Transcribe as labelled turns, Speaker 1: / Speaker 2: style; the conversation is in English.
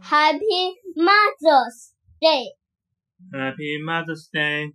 Speaker 1: Happy Mother's Day.
Speaker 2: Happy Mother's Day.